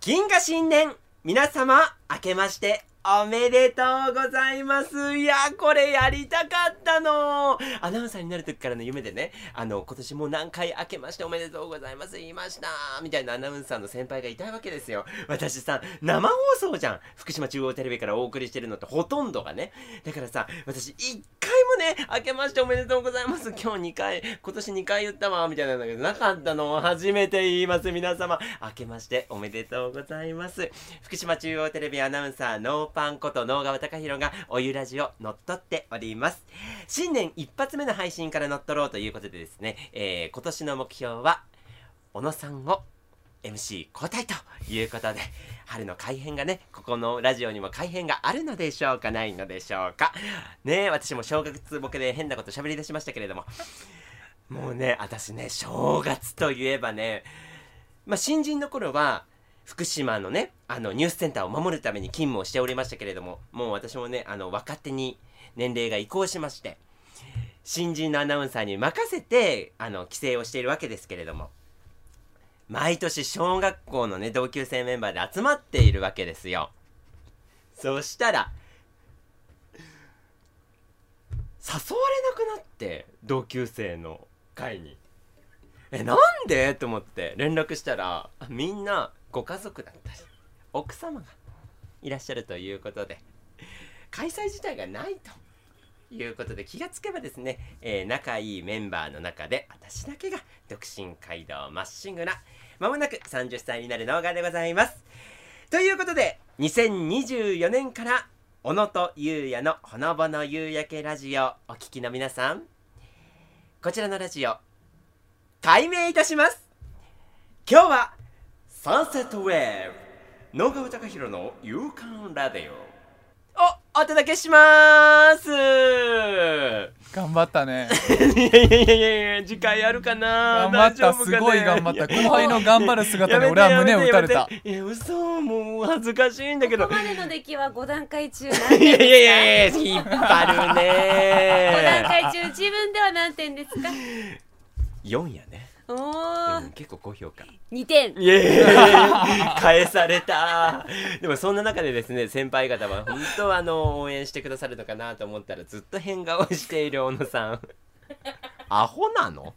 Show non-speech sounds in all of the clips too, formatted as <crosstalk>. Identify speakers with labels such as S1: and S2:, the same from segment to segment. S1: 銀河新年皆様明けましておめでとうございますいやこれやりたかったのアナウンサーになる時からの夢でねあの今年もう何回明けましておめでとうございます言いましたみたいなアナウンサーの先輩がいたわけですよ私さ生放送じゃん福島中央テレビからお送りしてるのってほとんどがねだからさ私一回もね明けましておめでとうございます今日2回今年2回言ったわみたいなんだけどなかったの初めて言います皆様明けましておめでとうございます福島中央テレビアナウンサーノーパンこと能川貴弘がおゆラジオ乗っ取っております新年一発目の配信から乗っ取ろうということでですね、えー今年の目標は小野さんを MC 交代ということで春の改編がねここのラジオにも改編があるのでしょうかないのでしょうかねえ私も正月ボケで変なこと喋り出しましたけれどももうね私ね正月といえばねまあ新人の頃は福島のねあのニュースセンターを守るために勤務をしておりましたけれどももう私もねあの若手に年齢が移行しまして新人のアナウンサーに任せてあの規制をしているわけですけれども毎年小学校のね同級生メンバーで集まっているわけですよそしたら誘われなくなって同級生の会にえなんでと思って連絡したらあみんなご家族だったり奥様がいらっしゃるということで開催自体がないということで気がつけばですね、えー仲いいメンバーの中で私だけが独身街道まっしぐらまもなく30歳になる動画でございますということで2024年から小野とゆうやのほのぼの夕焼けラジオお聞きの皆さんこちらのラジオ解明いたします今日はサンセットウェーブ野川貴弘の夕刊ラデオをお届けします
S2: 頑張ったね
S1: いやいやいやいやいや次 <laughs> 回あるかな
S2: 頑張っ
S1: 大
S2: た
S1: 丈夫か
S2: す
S1: ね
S2: ごい頑張った後輩の頑張る姿
S1: や
S2: に
S1: めて
S2: 俺は胸を打たれ
S1: や
S2: た
S1: めていや嘘もう恥ずかしいんだけど
S3: ここまでの出来は5段階中
S1: い
S3: 何
S1: や
S3: 点
S1: いやいやいや引っ張る
S3: 5段
S1: ね
S3: 階中自分では何点ですか
S1: 4やね、
S3: お
S1: う
S3: お
S1: ん、結構高評価
S3: 2点
S1: いやいやいや返されたでもそんな中でですね先輩方は本当あの応援してくださるのかなと思ったらずっと変顔している小野さんアホなの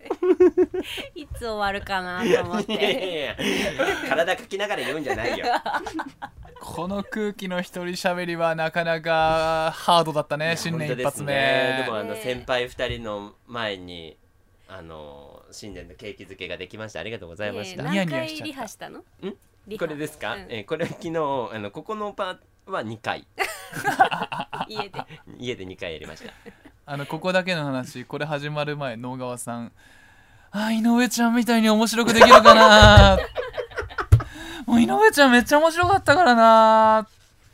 S3: いつ終わるかなと思っ
S1: いやい
S3: て
S1: やいや体かきながら言うんじゃないよ
S2: この空気の一人喋りはなかなかハードだった
S1: い
S2: ね
S1: や
S2: 新
S1: 本
S2: 年一
S1: 当です
S2: 発
S1: ね
S2: 目
S1: でもあの
S3: ね
S1: 先輩二人の前にあの新年の景気づけができましたありがとうございまし
S2: え
S1: た、
S2: えニヤ
S3: 何
S2: ニヤしちゃっ
S3: 回
S2: た
S3: リハしたのリハ
S1: これですか、
S3: うん
S1: えーこれは昨日あのここのパーは2回
S3: 家で
S1: 家で2回やりました
S2: あのここだけの話これ始まる前能川さん「あー井上ちゃんみたいに面白くできるかな」もう井上ちゃんめっちゃ面白かったからな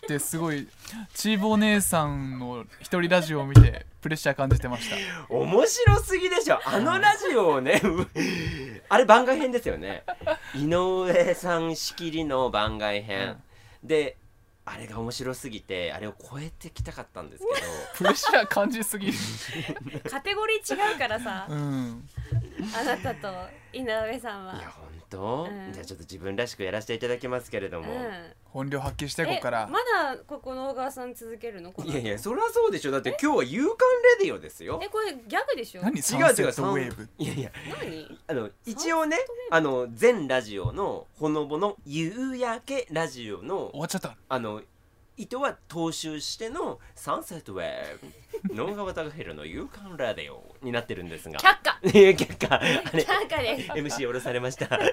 S2: ってすごいチーボお姉さんの一人ラジオを見てプレッシャー感じてま
S1: <laughs>
S2: した
S1: 面白すぎでしょあのラジオを
S3: <laughs>
S1: ねあれ番外編ですよね井上さん仕切りの番外編、であれが面白すぎてあれを超えてきたかったんですけど
S2: プレッシャー感じすぎる
S3: カテゴリー違うからさ
S2: うん
S3: あなたと井上さん
S1: いや
S3: は
S1: 本当、
S3: うん
S1: じゃあちょっと自分らしくやらせていただきますけれど
S3: う
S1: も、
S3: ん
S2: 本領発揮してここ
S3: え
S2: か
S3: ま
S2: ら
S3: だここの小川さん続けるのこの
S1: い
S3: 後
S1: やいやそりゃそうでしょだって今日は夕刊レディオですよ
S3: えこれギャグでしょ
S2: 何
S1: 違
S2: サ
S1: う
S2: ンセ
S1: 違う
S2: ットウェーブ
S1: いやいや
S3: 何
S1: あの一応ねあの全ラジオのほのぼの夕焼けラジオの
S2: 終わっちゃった
S1: あの糸は踏襲してのサンセットウェーブノンガワタガヘルの夕刊ラデオになってるんですが
S3: 却下
S1: いや結果あれ
S3: 却下です
S1: MC 降ろされま
S3: <laughs>
S1: したい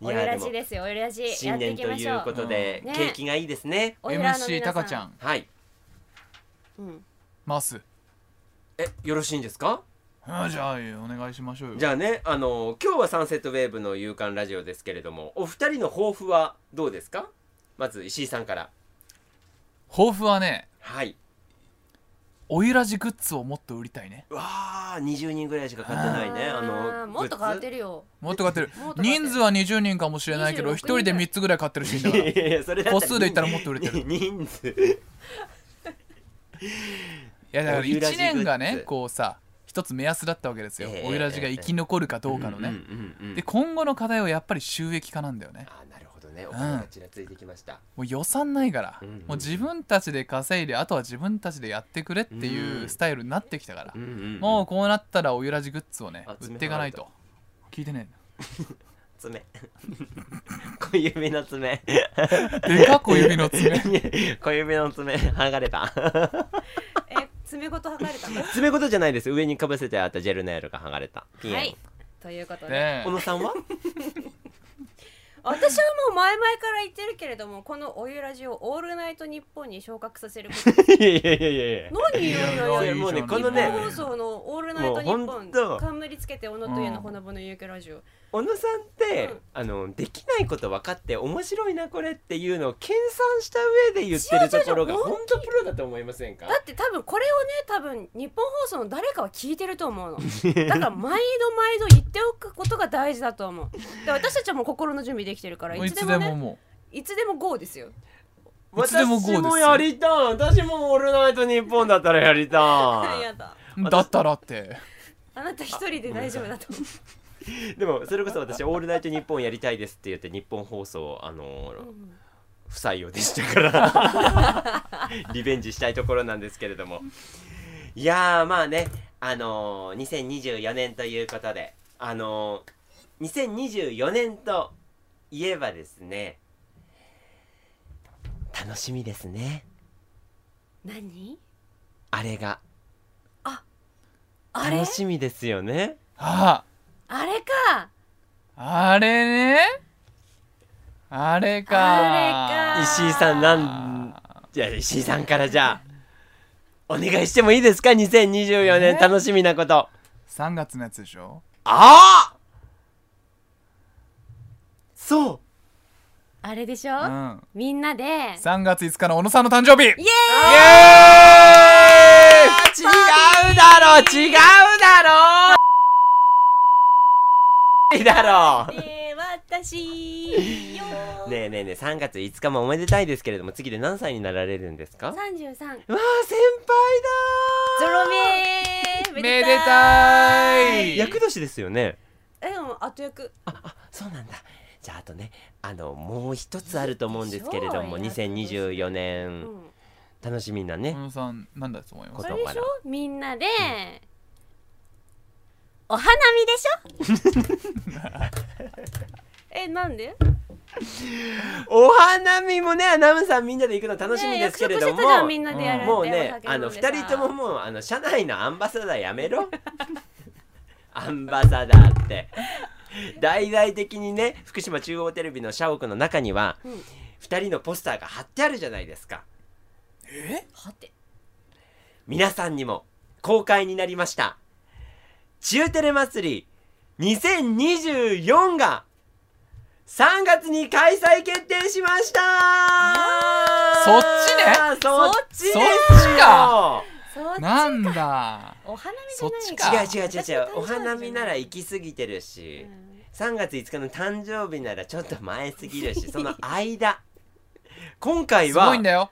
S3: おゆ
S1: や
S3: ら
S1: でも
S3: じですよおゆらじや
S1: 新
S3: ってい
S1: 年
S3: き
S1: と
S3: まし
S1: いう
S3: ょう
S1: ことで、
S3: うんね
S1: 景気がいいですね
S3: おゆらの皆さ
S2: MC タカちゃん
S1: はい
S3: うん
S2: マス
S1: えよろしいんですか
S2: うんじゃあお願いしましょうよ
S1: じゃあねあの今日はサンセットウェーブの夕刊ラジオですけれどもお二人の抱負はどうですかまず石井さんから
S2: 抱負はね
S1: はい
S2: おゆらじグッズをもっと売りたいね
S1: うわあ20人ぐらいしか買ってないねあの
S3: ーもっと変わって
S1: る
S3: るよ
S2: もっと買ってる
S3: もっと買ってる
S2: 人数は20人かもしれないけど
S3: 26
S2: 1人で3つぐらい買ってるシーンだか
S1: い <laughs> やいやいやそれだ
S2: ら
S1: ったら
S2: 個数で言ったらもっと売れてるい
S1: 人数
S2: やだから
S1: おゆらじ
S2: 1年が
S1: グッ
S2: ね
S1: ズ
S2: こうさ一つ目安だったわけですよ
S1: ええ
S2: おいらじが生き残るかどうかのね、
S1: うんうんうんうん
S2: で今後の課題はやっぱり収益化なんだよね
S1: あーなるほどねお金がちらついてきました、
S2: もう予算ないから、
S1: うんうん
S2: もう自分たちで稼いであとは自分たちでやってくれっていううんスタイルになってきたから、
S1: うんうんうん
S2: もうこうなったらおゆらじグッズをね
S1: あ
S2: 売っていかないと聞いてね
S1: 爪 <laughs> 小指の爪
S2: えなでかっ小指の
S1: <laughs>
S2: 爪
S1: 小指の爪剥がれ <laughs> た
S3: え爪ごと剥がれたのは
S1: 爪ことじ <laughs> ゃないです上にかぶせてあったジェルネイルが剥がれたピンやろ
S3: いということで
S2: で
S1: 小野さ
S3: <laughs>
S1: んは
S3: 私はもう前々から言ってるけれどもこのおゆラジをオールナイト日本に昇格させ
S1: <laughs>
S3: ること
S1: いやいやいやいやいや
S3: 何よいやいや
S1: そ
S3: い
S1: れ
S3: や
S1: もうね
S2: いいじゃん
S1: この
S3: 日
S1: ね
S3: 本放送のオールナイト日
S1: もうほん
S3: 本
S1: と
S3: 冠つけて小野と家のほのぼの夕暮ラジオ
S1: 小野さんって、
S3: うん
S1: あのできないこと分かって面白いなこれっていうのを計算した上で言って
S3: 違う違
S1: る
S3: う違
S1: と
S3: う
S1: ころが
S3: 本気
S1: 本当プロだと思いませんか
S3: だって多分これをね多分日本放送の誰かは聞いてると思うの
S1: <laughs>
S3: だから毎度毎度言っておくことが大事だと思うで私たちはもう心の準備できてるから
S2: もう
S3: い
S2: い
S3: つで
S2: つ
S3: も
S2: でも
S3: ね
S2: も
S3: いつでも GO ですよ
S2: いつでも GO です
S1: 私
S2: よ
S1: もやりたい私も「オールナイトニッポン」だったらやりた
S3: <laughs> やだ
S1: 私
S2: うだったらって
S3: あなた一人で大丈夫だと思う
S1: いでもそれこそ私「オールナイトニッポン」やりたいですって言って日本放送あのー
S3: うん
S1: 不採用でしたから <laughs> リベンジしたいところなんですけれどもいやーまあねあのー、2024年ということであのー、2024年といえばですね楽しみですね
S3: 何
S1: あれが
S3: あれ
S1: 楽しみですよね
S2: あ
S3: あれか
S2: ああれねあれ
S3: あ
S2: か
S3: れか
S1: 石井さんなんじゃあ石井さんからじゃあお願いしてもいいですか2024年
S2: え
S1: 楽しみなことあ
S2: 3月のやつでしょ
S1: あーそう
S3: あれでし
S2: う
S3: ょ、
S2: ん
S3: みんなで
S2: 3月5日の小野さんの誕生日
S3: イエーイ
S1: イエーイ違うだろ違うだろいいだろ
S3: えー、私よー、
S1: ねえねえねえ3月5日もおめでたいですけれども次で何歳になられるんですかわあ
S3: 33ゾ
S1: 先輩
S3: ロ
S1: だ
S3: 目ー
S2: めでた
S1: ー
S2: い
S1: 厄年ですよね
S3: えでも後役
S1: そうなんだじゃああとねあのもう一つあると思うんですけれども
S3: いいでしょう
S1: 2024
S3: う
S1: 年
S3: ん
S1: 楽しみな
S2: 小
S1: ね
S2: 野さんなんだと思いま
S1: こ
S2: す
S3: そ
S1: と
S3: れで
S1: か
S3: し
S1: ら
S3: ょみんなで、お花見でしょえなんで
S1: お花見もねアナウンサーみんなで行くの楽しみですけれど
S3: ねえ
S1: も
S3: 約束してたじゃんみんなでやるって
S1: もうね、
S3: お酒
S1: あ
S3: 飲
S1: の
S3: んでさ
S1: 2人とももうあの社内のアンバサダーやめろ <laughs> アンバサダーって大々的にね福島中央テレビの社屋の中には
S3: うん
S1: 2人のポスターが貼ってあるじゃないですか
S3: はて
S1: 皆さんにも公開になりました中テレ祭り2024が3月に開催決定しました
S2: そっちね
S1: そっちですよ
S2: そっちか
S3: そう
S2: なんだ
S3: お花見じ
S2: そ
S3: ゃない
S2: っち
S1: 違
S2: か
S1: う違う違う違うお花見なら
S3: い
S1: 行き過ぎてるし、
S3: ん
S1: 3月5日の誕生日ならちょっと前すぎる
S3: <laughs>
S1: しその間今回
S2: す
S1: は
S2: ごいんだよ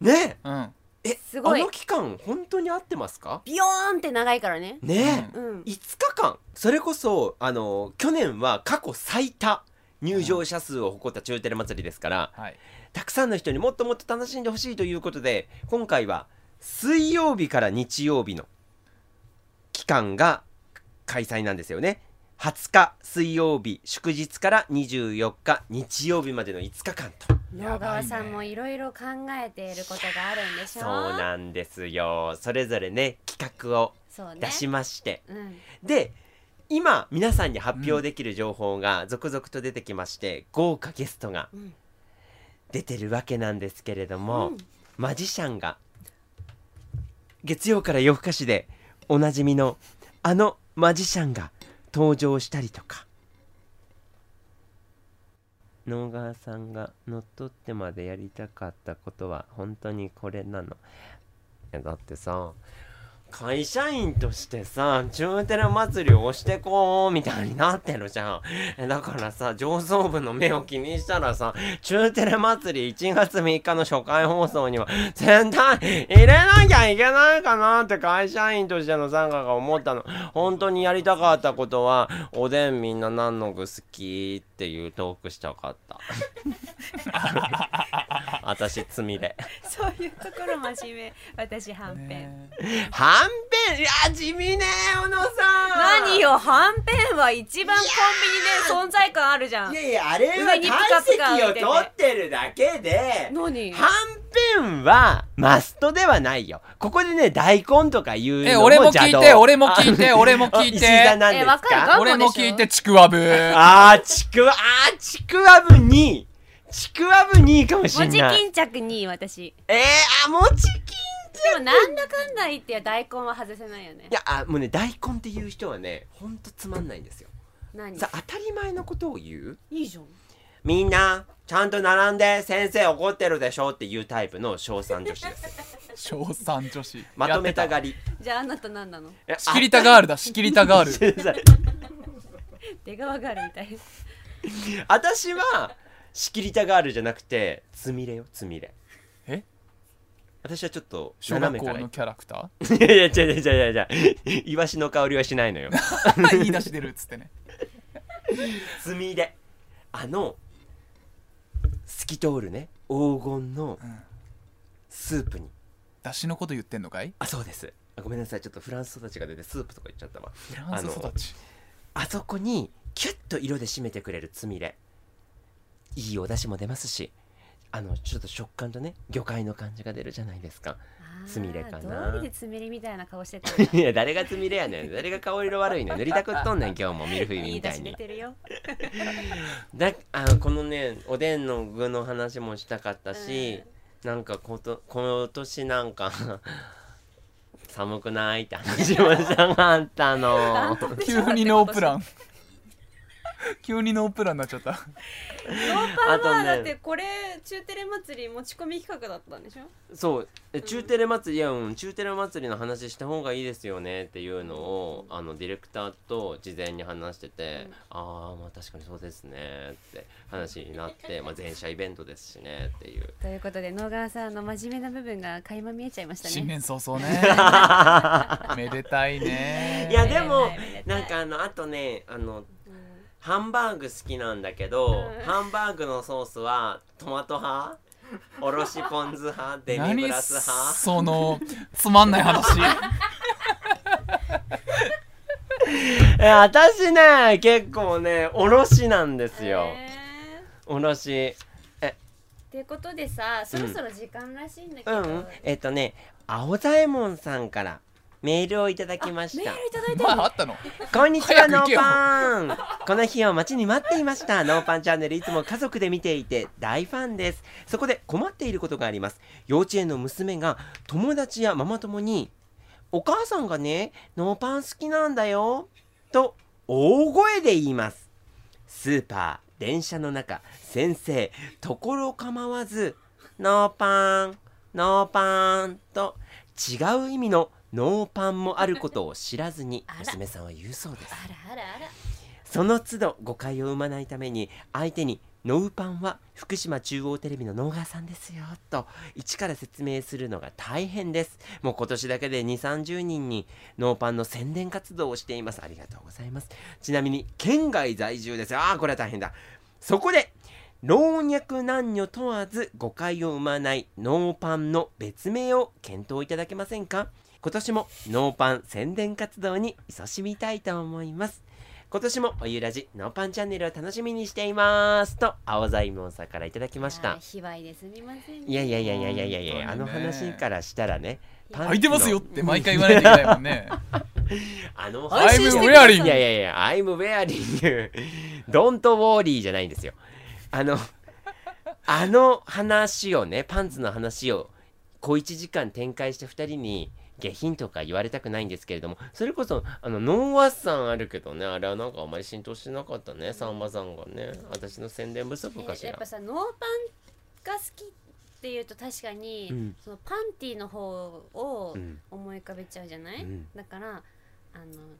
S1: ね
S2: うん
S1: ええ
S3: すごい
S1: あの期間本当に合ってますか
S3: ビヨーンって長いからね
S1: ねえ、
S3: う
S1: 5
S3: ん
S1: 日間それこそあの去年は過去最多入場者数を誇った中テレ祭りですから、
S2: はい
S1: たくさんの人にもっともっと楽しんでほしいということで今回は水曜日から日曜日の期間が開催なんですよね20日水曜日祝日から24日日曜日までの5日間と
S3: 野川さんもいろいろ考えていることがあるんでしょ
S1: そうなんですよそれぞれね企画を
S3: そうね
S1: 出しまして、 <laughs>
S3: うん
S1: で今皆さんに発表できる情報が続々と出てきまして、豪華ゲストが
S3: うん
S1: 出てるわけなんですけれども、
S3: うん
S1: マジシャンが月曜から夜更かしでおなじみのあのマジシャンが登場したりとか能川さんが乗っ取ってまでやりたかったことは本当にこれなのいやだってさ会社員としてさ中テレ祭りをしてこうみたいになってるじゃんえだからさ上層部の目を気にしたらさ中テレ祭り1月3日の初回放送には絶対入れなきゃいけないかなって会社員としての参加が思ったの本当にやりたかったことはおでんみんな何の具好きっていうトークしたかった私つみれ
S3: そういうところ真面目私はんぺん
S2: ね
S1: はんぺんいや地味ね小野さん
S3: 何よはんぺんは一番コンビニで存在感あるじゃん
S1: いやいやあれは
S3: 上にプカプカ
S1: 体
S3: 浮
S1: 積
S3: いて
S1: を
S3: て
S1: 取ってるだけで
S3: 何
S1: はんぺんはマストではないよここでね大根とか言うのも
S2: え俺も聞いて
S1: 邪道
S2: 俺も聞いて
S1: あ
S2: 俺も聞いて
S1: あ石井さん何で
S3: え
S1: す
S3: わかる
S1: か
S3: か
S2: 俺も聞いてちくわぶ
S1: あーちくわあーちくわぶにちくわぶにいいかもし
S3: も
S1: ん
S3: ち
S1: ない
S3: 巾着に私
S1: えー、あもちきん
S3: でもなんだかんだ言って大根は外せないよね
S1: いやあもうね大根っていう人はねほんとつまんないんですよ
S3: 何
S1: さ当たり前のことを言う
S3: いいじゃん
S1: みんなちゃんと並んで先生怒ってるでしょっていうタイプの小三女子です
S2: 小三女子
S1: まとめた
S2: やって
S1: がり
S3: じゃああなた何なの
S1: え
S2: 仕切りたガー
S1: <laughs>
S2: ルだ仕切りたガール
S3: 出川ガールみたい
S1: あ私は仕切りたガールじゃなくてつみれよつみれ
S2: え
S1: 私はちょっと
S2: 小
S1: 斜め
S2: 学校
S1: から
S2: のキャラクタ
S1: いやいや違う違う違う違うイワシの香りはしないのよ <laughs>
S2: ー言い出し出るっつってね
S1: つみれあの透き通るね黄金の
S2: うん
S1: スープに
S2: 出汁のこと言ってんのかい
S1: あそうですあごめんなさいちょっとフランス育ちが出てスープとか言っちゃったわ
S2: フランス育ち
S1: あそこにキュッと色で締めてくれるつみれいいお出汁も出ますしあのちょっと食感とね魚介の感じが出るじゃないですか <laughs>
S3: な
S1: つみれかな
S3: あーどうりでつみれみたいな顔してた
S1: いや誰がつみれやねん誰が顔色悪いねん塗りたくっとんねん今日もミルフィーユ
S3: いい
S1: みた
S3: 出
S1: い
S3: <laughs> 汁出
S1: に
S3: てるよ
S1: だあこのねおでんの具の話もしたかったし、なんかこと今年なんか <laughs> 寒くないって話もしたかった <laughs> の
S2: <laughs> 急にノープラ
S3: ン
S2: ン急にノープランになっちゃった
S3: ノーパン
S1: あと
S3: は
S1: ね
S3: だってこれ中テレ祭り持ち込み企画だったんでしょ
S1: そうえ中テレ祭りいやうん中テレ祭りの話した方がいいですよねっていうのをあのディレクターと事前に話してて、ああまあ確かにそうですねって話になって、まあ、全社イベントですしねっていう
S3: ということで野川さんの真面目な部分が垣間見えちゃいました
S2: 新
S3: ね
S2: 年早々
S1: <laughs>
S2: ねめでたいね
S1: いやで
S3: は
S1: も
S3: いはい
S1: なんかあのあとねあの
S3: うん
S1: ハンバーグ好きなんだけど、
S3: うん
S1: ハンバーグのソースはトマト派おろしポン酢派デミグ
S2: 何
S1: ラス派
S2: そのつまんな
S1: <laughs>
S2: い話
S1: え私ね結構ねおろしなんですよ、
S3: へー
S1: おろし
S3: ってことでさそろそろ時間らしいんだけ
S1: う
S3: ど、
S1: ん、えっ、とね、青左衛門さんからメールをいただきまし
S3: メー
S1: た
S3: ル。いただいて
S2: 前あったの
S1: こんにちは、
S2: 早く
S1: ノ
S2: 行け
S1: ー
S2: よ
S1: パン。この日を待ちに待っていました。ノーパンチャンネル、いつも家族で見ていて大ファンです。そこで困っていることがあります。幼稚園の娘が友達やママ友に、お母さんがね、ノーパン好きなんだよ、と大声で言います。スーパー、電車の中、先生、ところ構わず、ノーパン、ノーパンと違う意味のノーパンもあることを知らずに
S3: あら
S1: 娘さんは言うそうです。
S3: あらあらあら
S1: その都度誤解を生まないために相手に「ノウパンは福島中央テレビのノーガーさんですよ」と一から説明するのが大変ですもう今年だけで2 3 0人にノーパンの宣伝活動をしていますありがとうございますちなみに県外在住ですああこれは大変だそこで老若男女問わず誤解を生まないノーパンの別名を検討いただけませんか今年もノーパン宣伝活動に勤しみたいと思います今年もおゆらじノーパンチャンネルを楽しみにしていますと青左衛門さんからいただきまし
S3: あ
S1: た
S3: ー卑猥ですみませんね
S1: いやいやいやいやいやいやいや、あ
S2: 本
S1: の
S2: 当にね
S1: 話からしたらねパン
S2: 開いてますよって毎回言わないといけないもんね
S1: あの
S2: 安心してくださ
S1: wearing
S2: い
S1: いやいやいや I'm wearing don't worry じゃないんですよあのあの話をねパンツの話を小1時間展開して2人に下品とか言われたくないんですけれどもそれこそあのノンワッサンあるけどねあれはなんかあんまり浸透してなかったねさんまさんがね私の宣伝不足か
S3: え
S1: し
S3: やっ
S1: ら
S3: ぱさノーパンが好きっていうと確かに、
S1: うん
S3: そのパンティの方を
S1: うん
S3: 思い浮かべちゃうじゃない、
S1: うん
S3: だからあ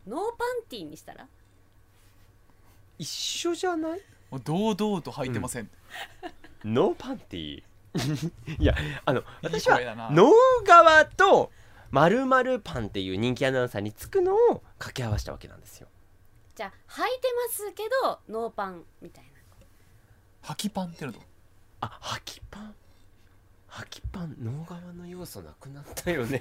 S3: のノーパンティにしたら
S1: 一緒じゃない
S2: もう堂々と履いてません、
S1: ノーパンティ <laughs> いやあの私はい
S2: い声だな
S1: 能川とまるまるパンっていう人気アナウンサーにつくのを掛け合わせたわけなんですよ
S3: じゃあ履いてますけどノーパンみたい
S2: 履きパンってのどう
S1: あはきパンはきパン能川の要素なくなったよね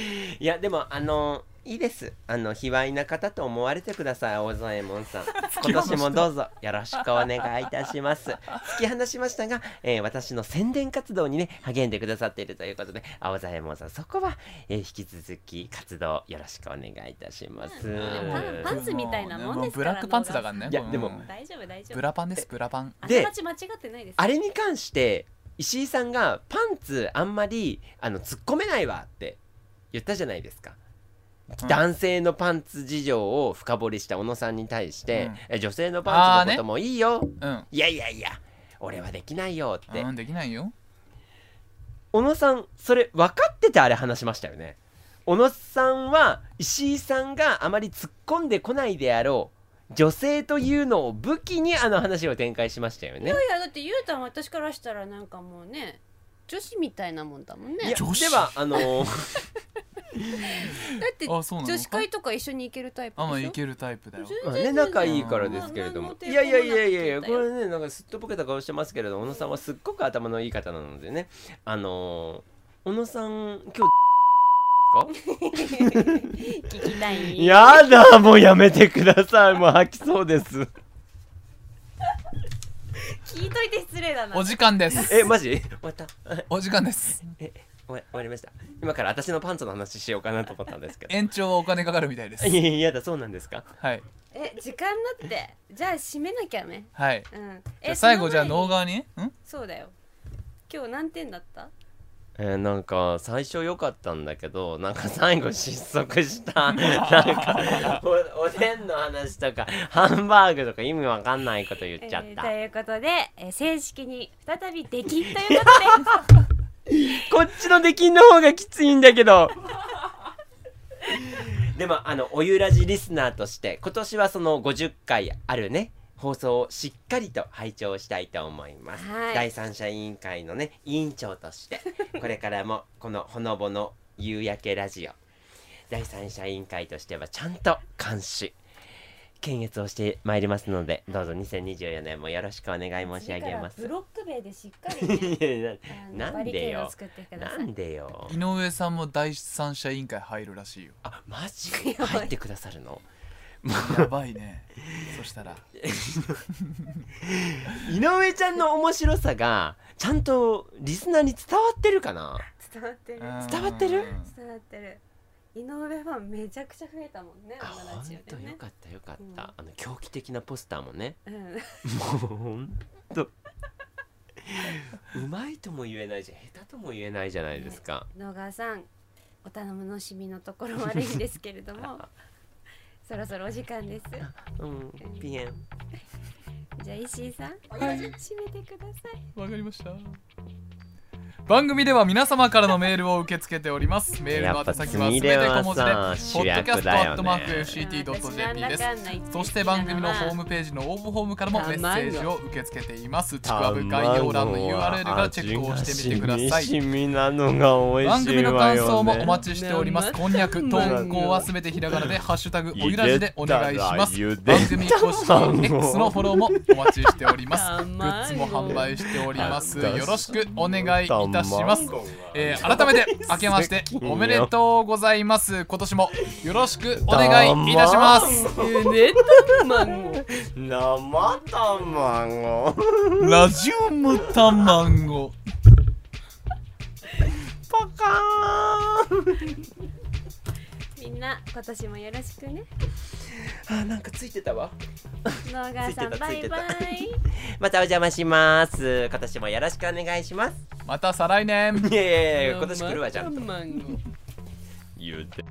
S1: <laughs> いやでもあのいいですあの卑猥な方と思われてください大左衛門さ
S3: <laughs>
S1: ん今年もどうぞよろしくお願いいたします突き放しましたが、えー私の宣伝活動にね励んでくださっているということで青左衛門さんそこは、えー引き続き活動よろしくお願いいたします、
S3: んパンパンツみたいなもんです
S2: ブ
S3: から
S2: ラックパンツだからね
S1: いや
S2: この
S1: でも
S2: うん
S3: な大丈夫大丈夫
S2: ブラパンですブラパン
S3: あ
S1: で
S3: ながち間違ってないです
S1: あれに関して石井さんがパンツあんまりあの突っ込めないわって言ったじゃないですか、
S2: うん
S1: 男性のパンツ事情を深掘りした小野さんに対して
S2: うん、
S1: え女性のパンツのこともいいよ、
S2: うん
S1: いやいやいや俺はできないよって、
S2: うんできないよ
S1: 小野さんそれ分かっててあれ話しましたよね小野さんは石井さんがあまり突っ込んでこないであろう女性というのを武器にあの話を展開しましたよね
S3: いやだってゆうたん私からしたらなんかもうね女子みたいなもんだもん
S1: い
S3: ね
S1: や
S2: 女子
S1: ではあのー
S3: だって
S2: あそうなの
S3: 女子会とか一緒に行けるタイプで
S2: あ
S3: しょ
S2: まあいけるタイプだよ
S3: 全然
S1: まあね、仲いいからですけれども
S3: まあ。
S1: いやいやいやいやいや、
S3: 何
S1: こ
S3: の抵抗もなく
S1: れね、なんかすっとぼけた顔してますけれど、小野さんはすっごく頭のいい方なのでね。あのー、小野さん、今日
S3: 聞きたい
S1: い <laughs> やだ、もうやめてください。もう吐きそうです。
S3: 聞いといて失礼だな
S2: お時間で
S1: <laughs>
S2: す
S1: え、マジ終わったえ
S2: お時間です
S1: え、終わ終わりました。今から私のパンツの話しようかなと思ったんですけど。
S2: 延長はお金かかるみたいで
S1: <laughs>
S2: す
S1: いやいや、やだ、そうなんですか
S2: はい
S3: え時間だってじゃあ締めなきゃね
S2: はい
S3: うん
S2: じゃあ最後じゃあ
S3: 脳
S2: 能側にん
S3: そうだよ今日何点だった
S1: えーなんか最初良かったんだけどなんか最後失速した <laughs> なんかおおでんの話とかハンバーグとか意味わかんないこと言っちゃっ
S3: えー
S1: た、
S3: ということで、えー正式に再びできんということで
S1: <laughs> こっちの出禁の方がきついんだけど <laughs> でもあのおゆらじリスナーとして今年はその50回あるね放送をしっかりと拝聴したいと思います、
S3: はい
S1: 第三者委員会のね委員長としてこれからもこのほのぼの夕焼けラジオ第三者委員会としてはちゃんと監視検閲をしてまいりますのでどうぞ2024年もよろしくお願い申し上げま
S3: 次からブ
S1: す。
S3: ロック塀でしっかり
S1: <laughs>
S3: ね
S1: いやいや
S3: あの
S1: なん
S3: バリ
S1: で
S3: ケードを
S1: よ
S3: 作ってくださ
S1: ないんでよ
S2: 井上さんも第三者委員会入るらしい
S1: <laughs>
S2: よ
S1: あマジ
S3: ばい
S1: 入ってくださるの
S2: やばいねそした
S3: <laughs>
S2: ら
S1: 井上ちゃんの面白さがちゃんとリスナーに伝わってるかな
S3: 伝わってる
S1: 伝わってる
S2: うん
S3: 伝わってる井上ファンめちゃくちゃ増えたもんね
S1: あ
S3: あのラ
S1: 本
S3: ジオ
S1: 当
S3: で
S1: よ
S3: ね
S1: かったよかっ
S3: うん
S1: た、あの狂気的なポスターもね
S3: うん
S1: もうほんとうまいとも言えないし下手とも言えないじゃないですか、
S3: 野川さんお頼みのしみのところ悪いんですけれど
S1: <laughs>
S3: もそろそろお時間です
S1: うんピエン
S3: じゃあ石井さん締めてください
S2: わかりました番組では皆様からのメールを受け付けておりますメールの宛先はすべて小文字で
S1: やっぱすみれはさ主役だよね
S2: podcast.fct.jp ですそして番組のホー
S3: ム
S2: ムページの応募フォームからもメッセージを受け付けていますちくわぶ概要欄の URL からチェックをしてみてください
S1: 味が染み染みなのが美
S2: 番
S1: 味し
S2: 組
S1: い
S2: の
S1: わよね
S2: 感想もお待ちしております。こんにゃく投稿はすべてひらが
S1: <laughs>
S2: なで、ハッシュタグおゆらじでお願いします。
S1: ゆでたら
S2: 番組公式 X のフォローもお待ちしております。
S3: 卵
S2: グッズも販売しております。
S1: あ
S2: よろしくお願いいたします。
S1: 卵は
S2: えー改めて明けましておめでとうございます。今年もよろしくお願いいたします。
S1: <laughs>
S3: ネタマン
S1: 生卵
S2: ラジオムタマンゴ。
S1: パカーン
S3: みんな今年もよろしくね
S1: あなんかついてたわ
S3: 野川さん
S1: ついてた
S3: バイバ
S1: つい
S3: イ
S1: またお邪魔します今年もよろしくお願いします
S2: また再来年。
S1: いやいやいや今年来るわじゃんと
S3: マンゴー
S1: 言うて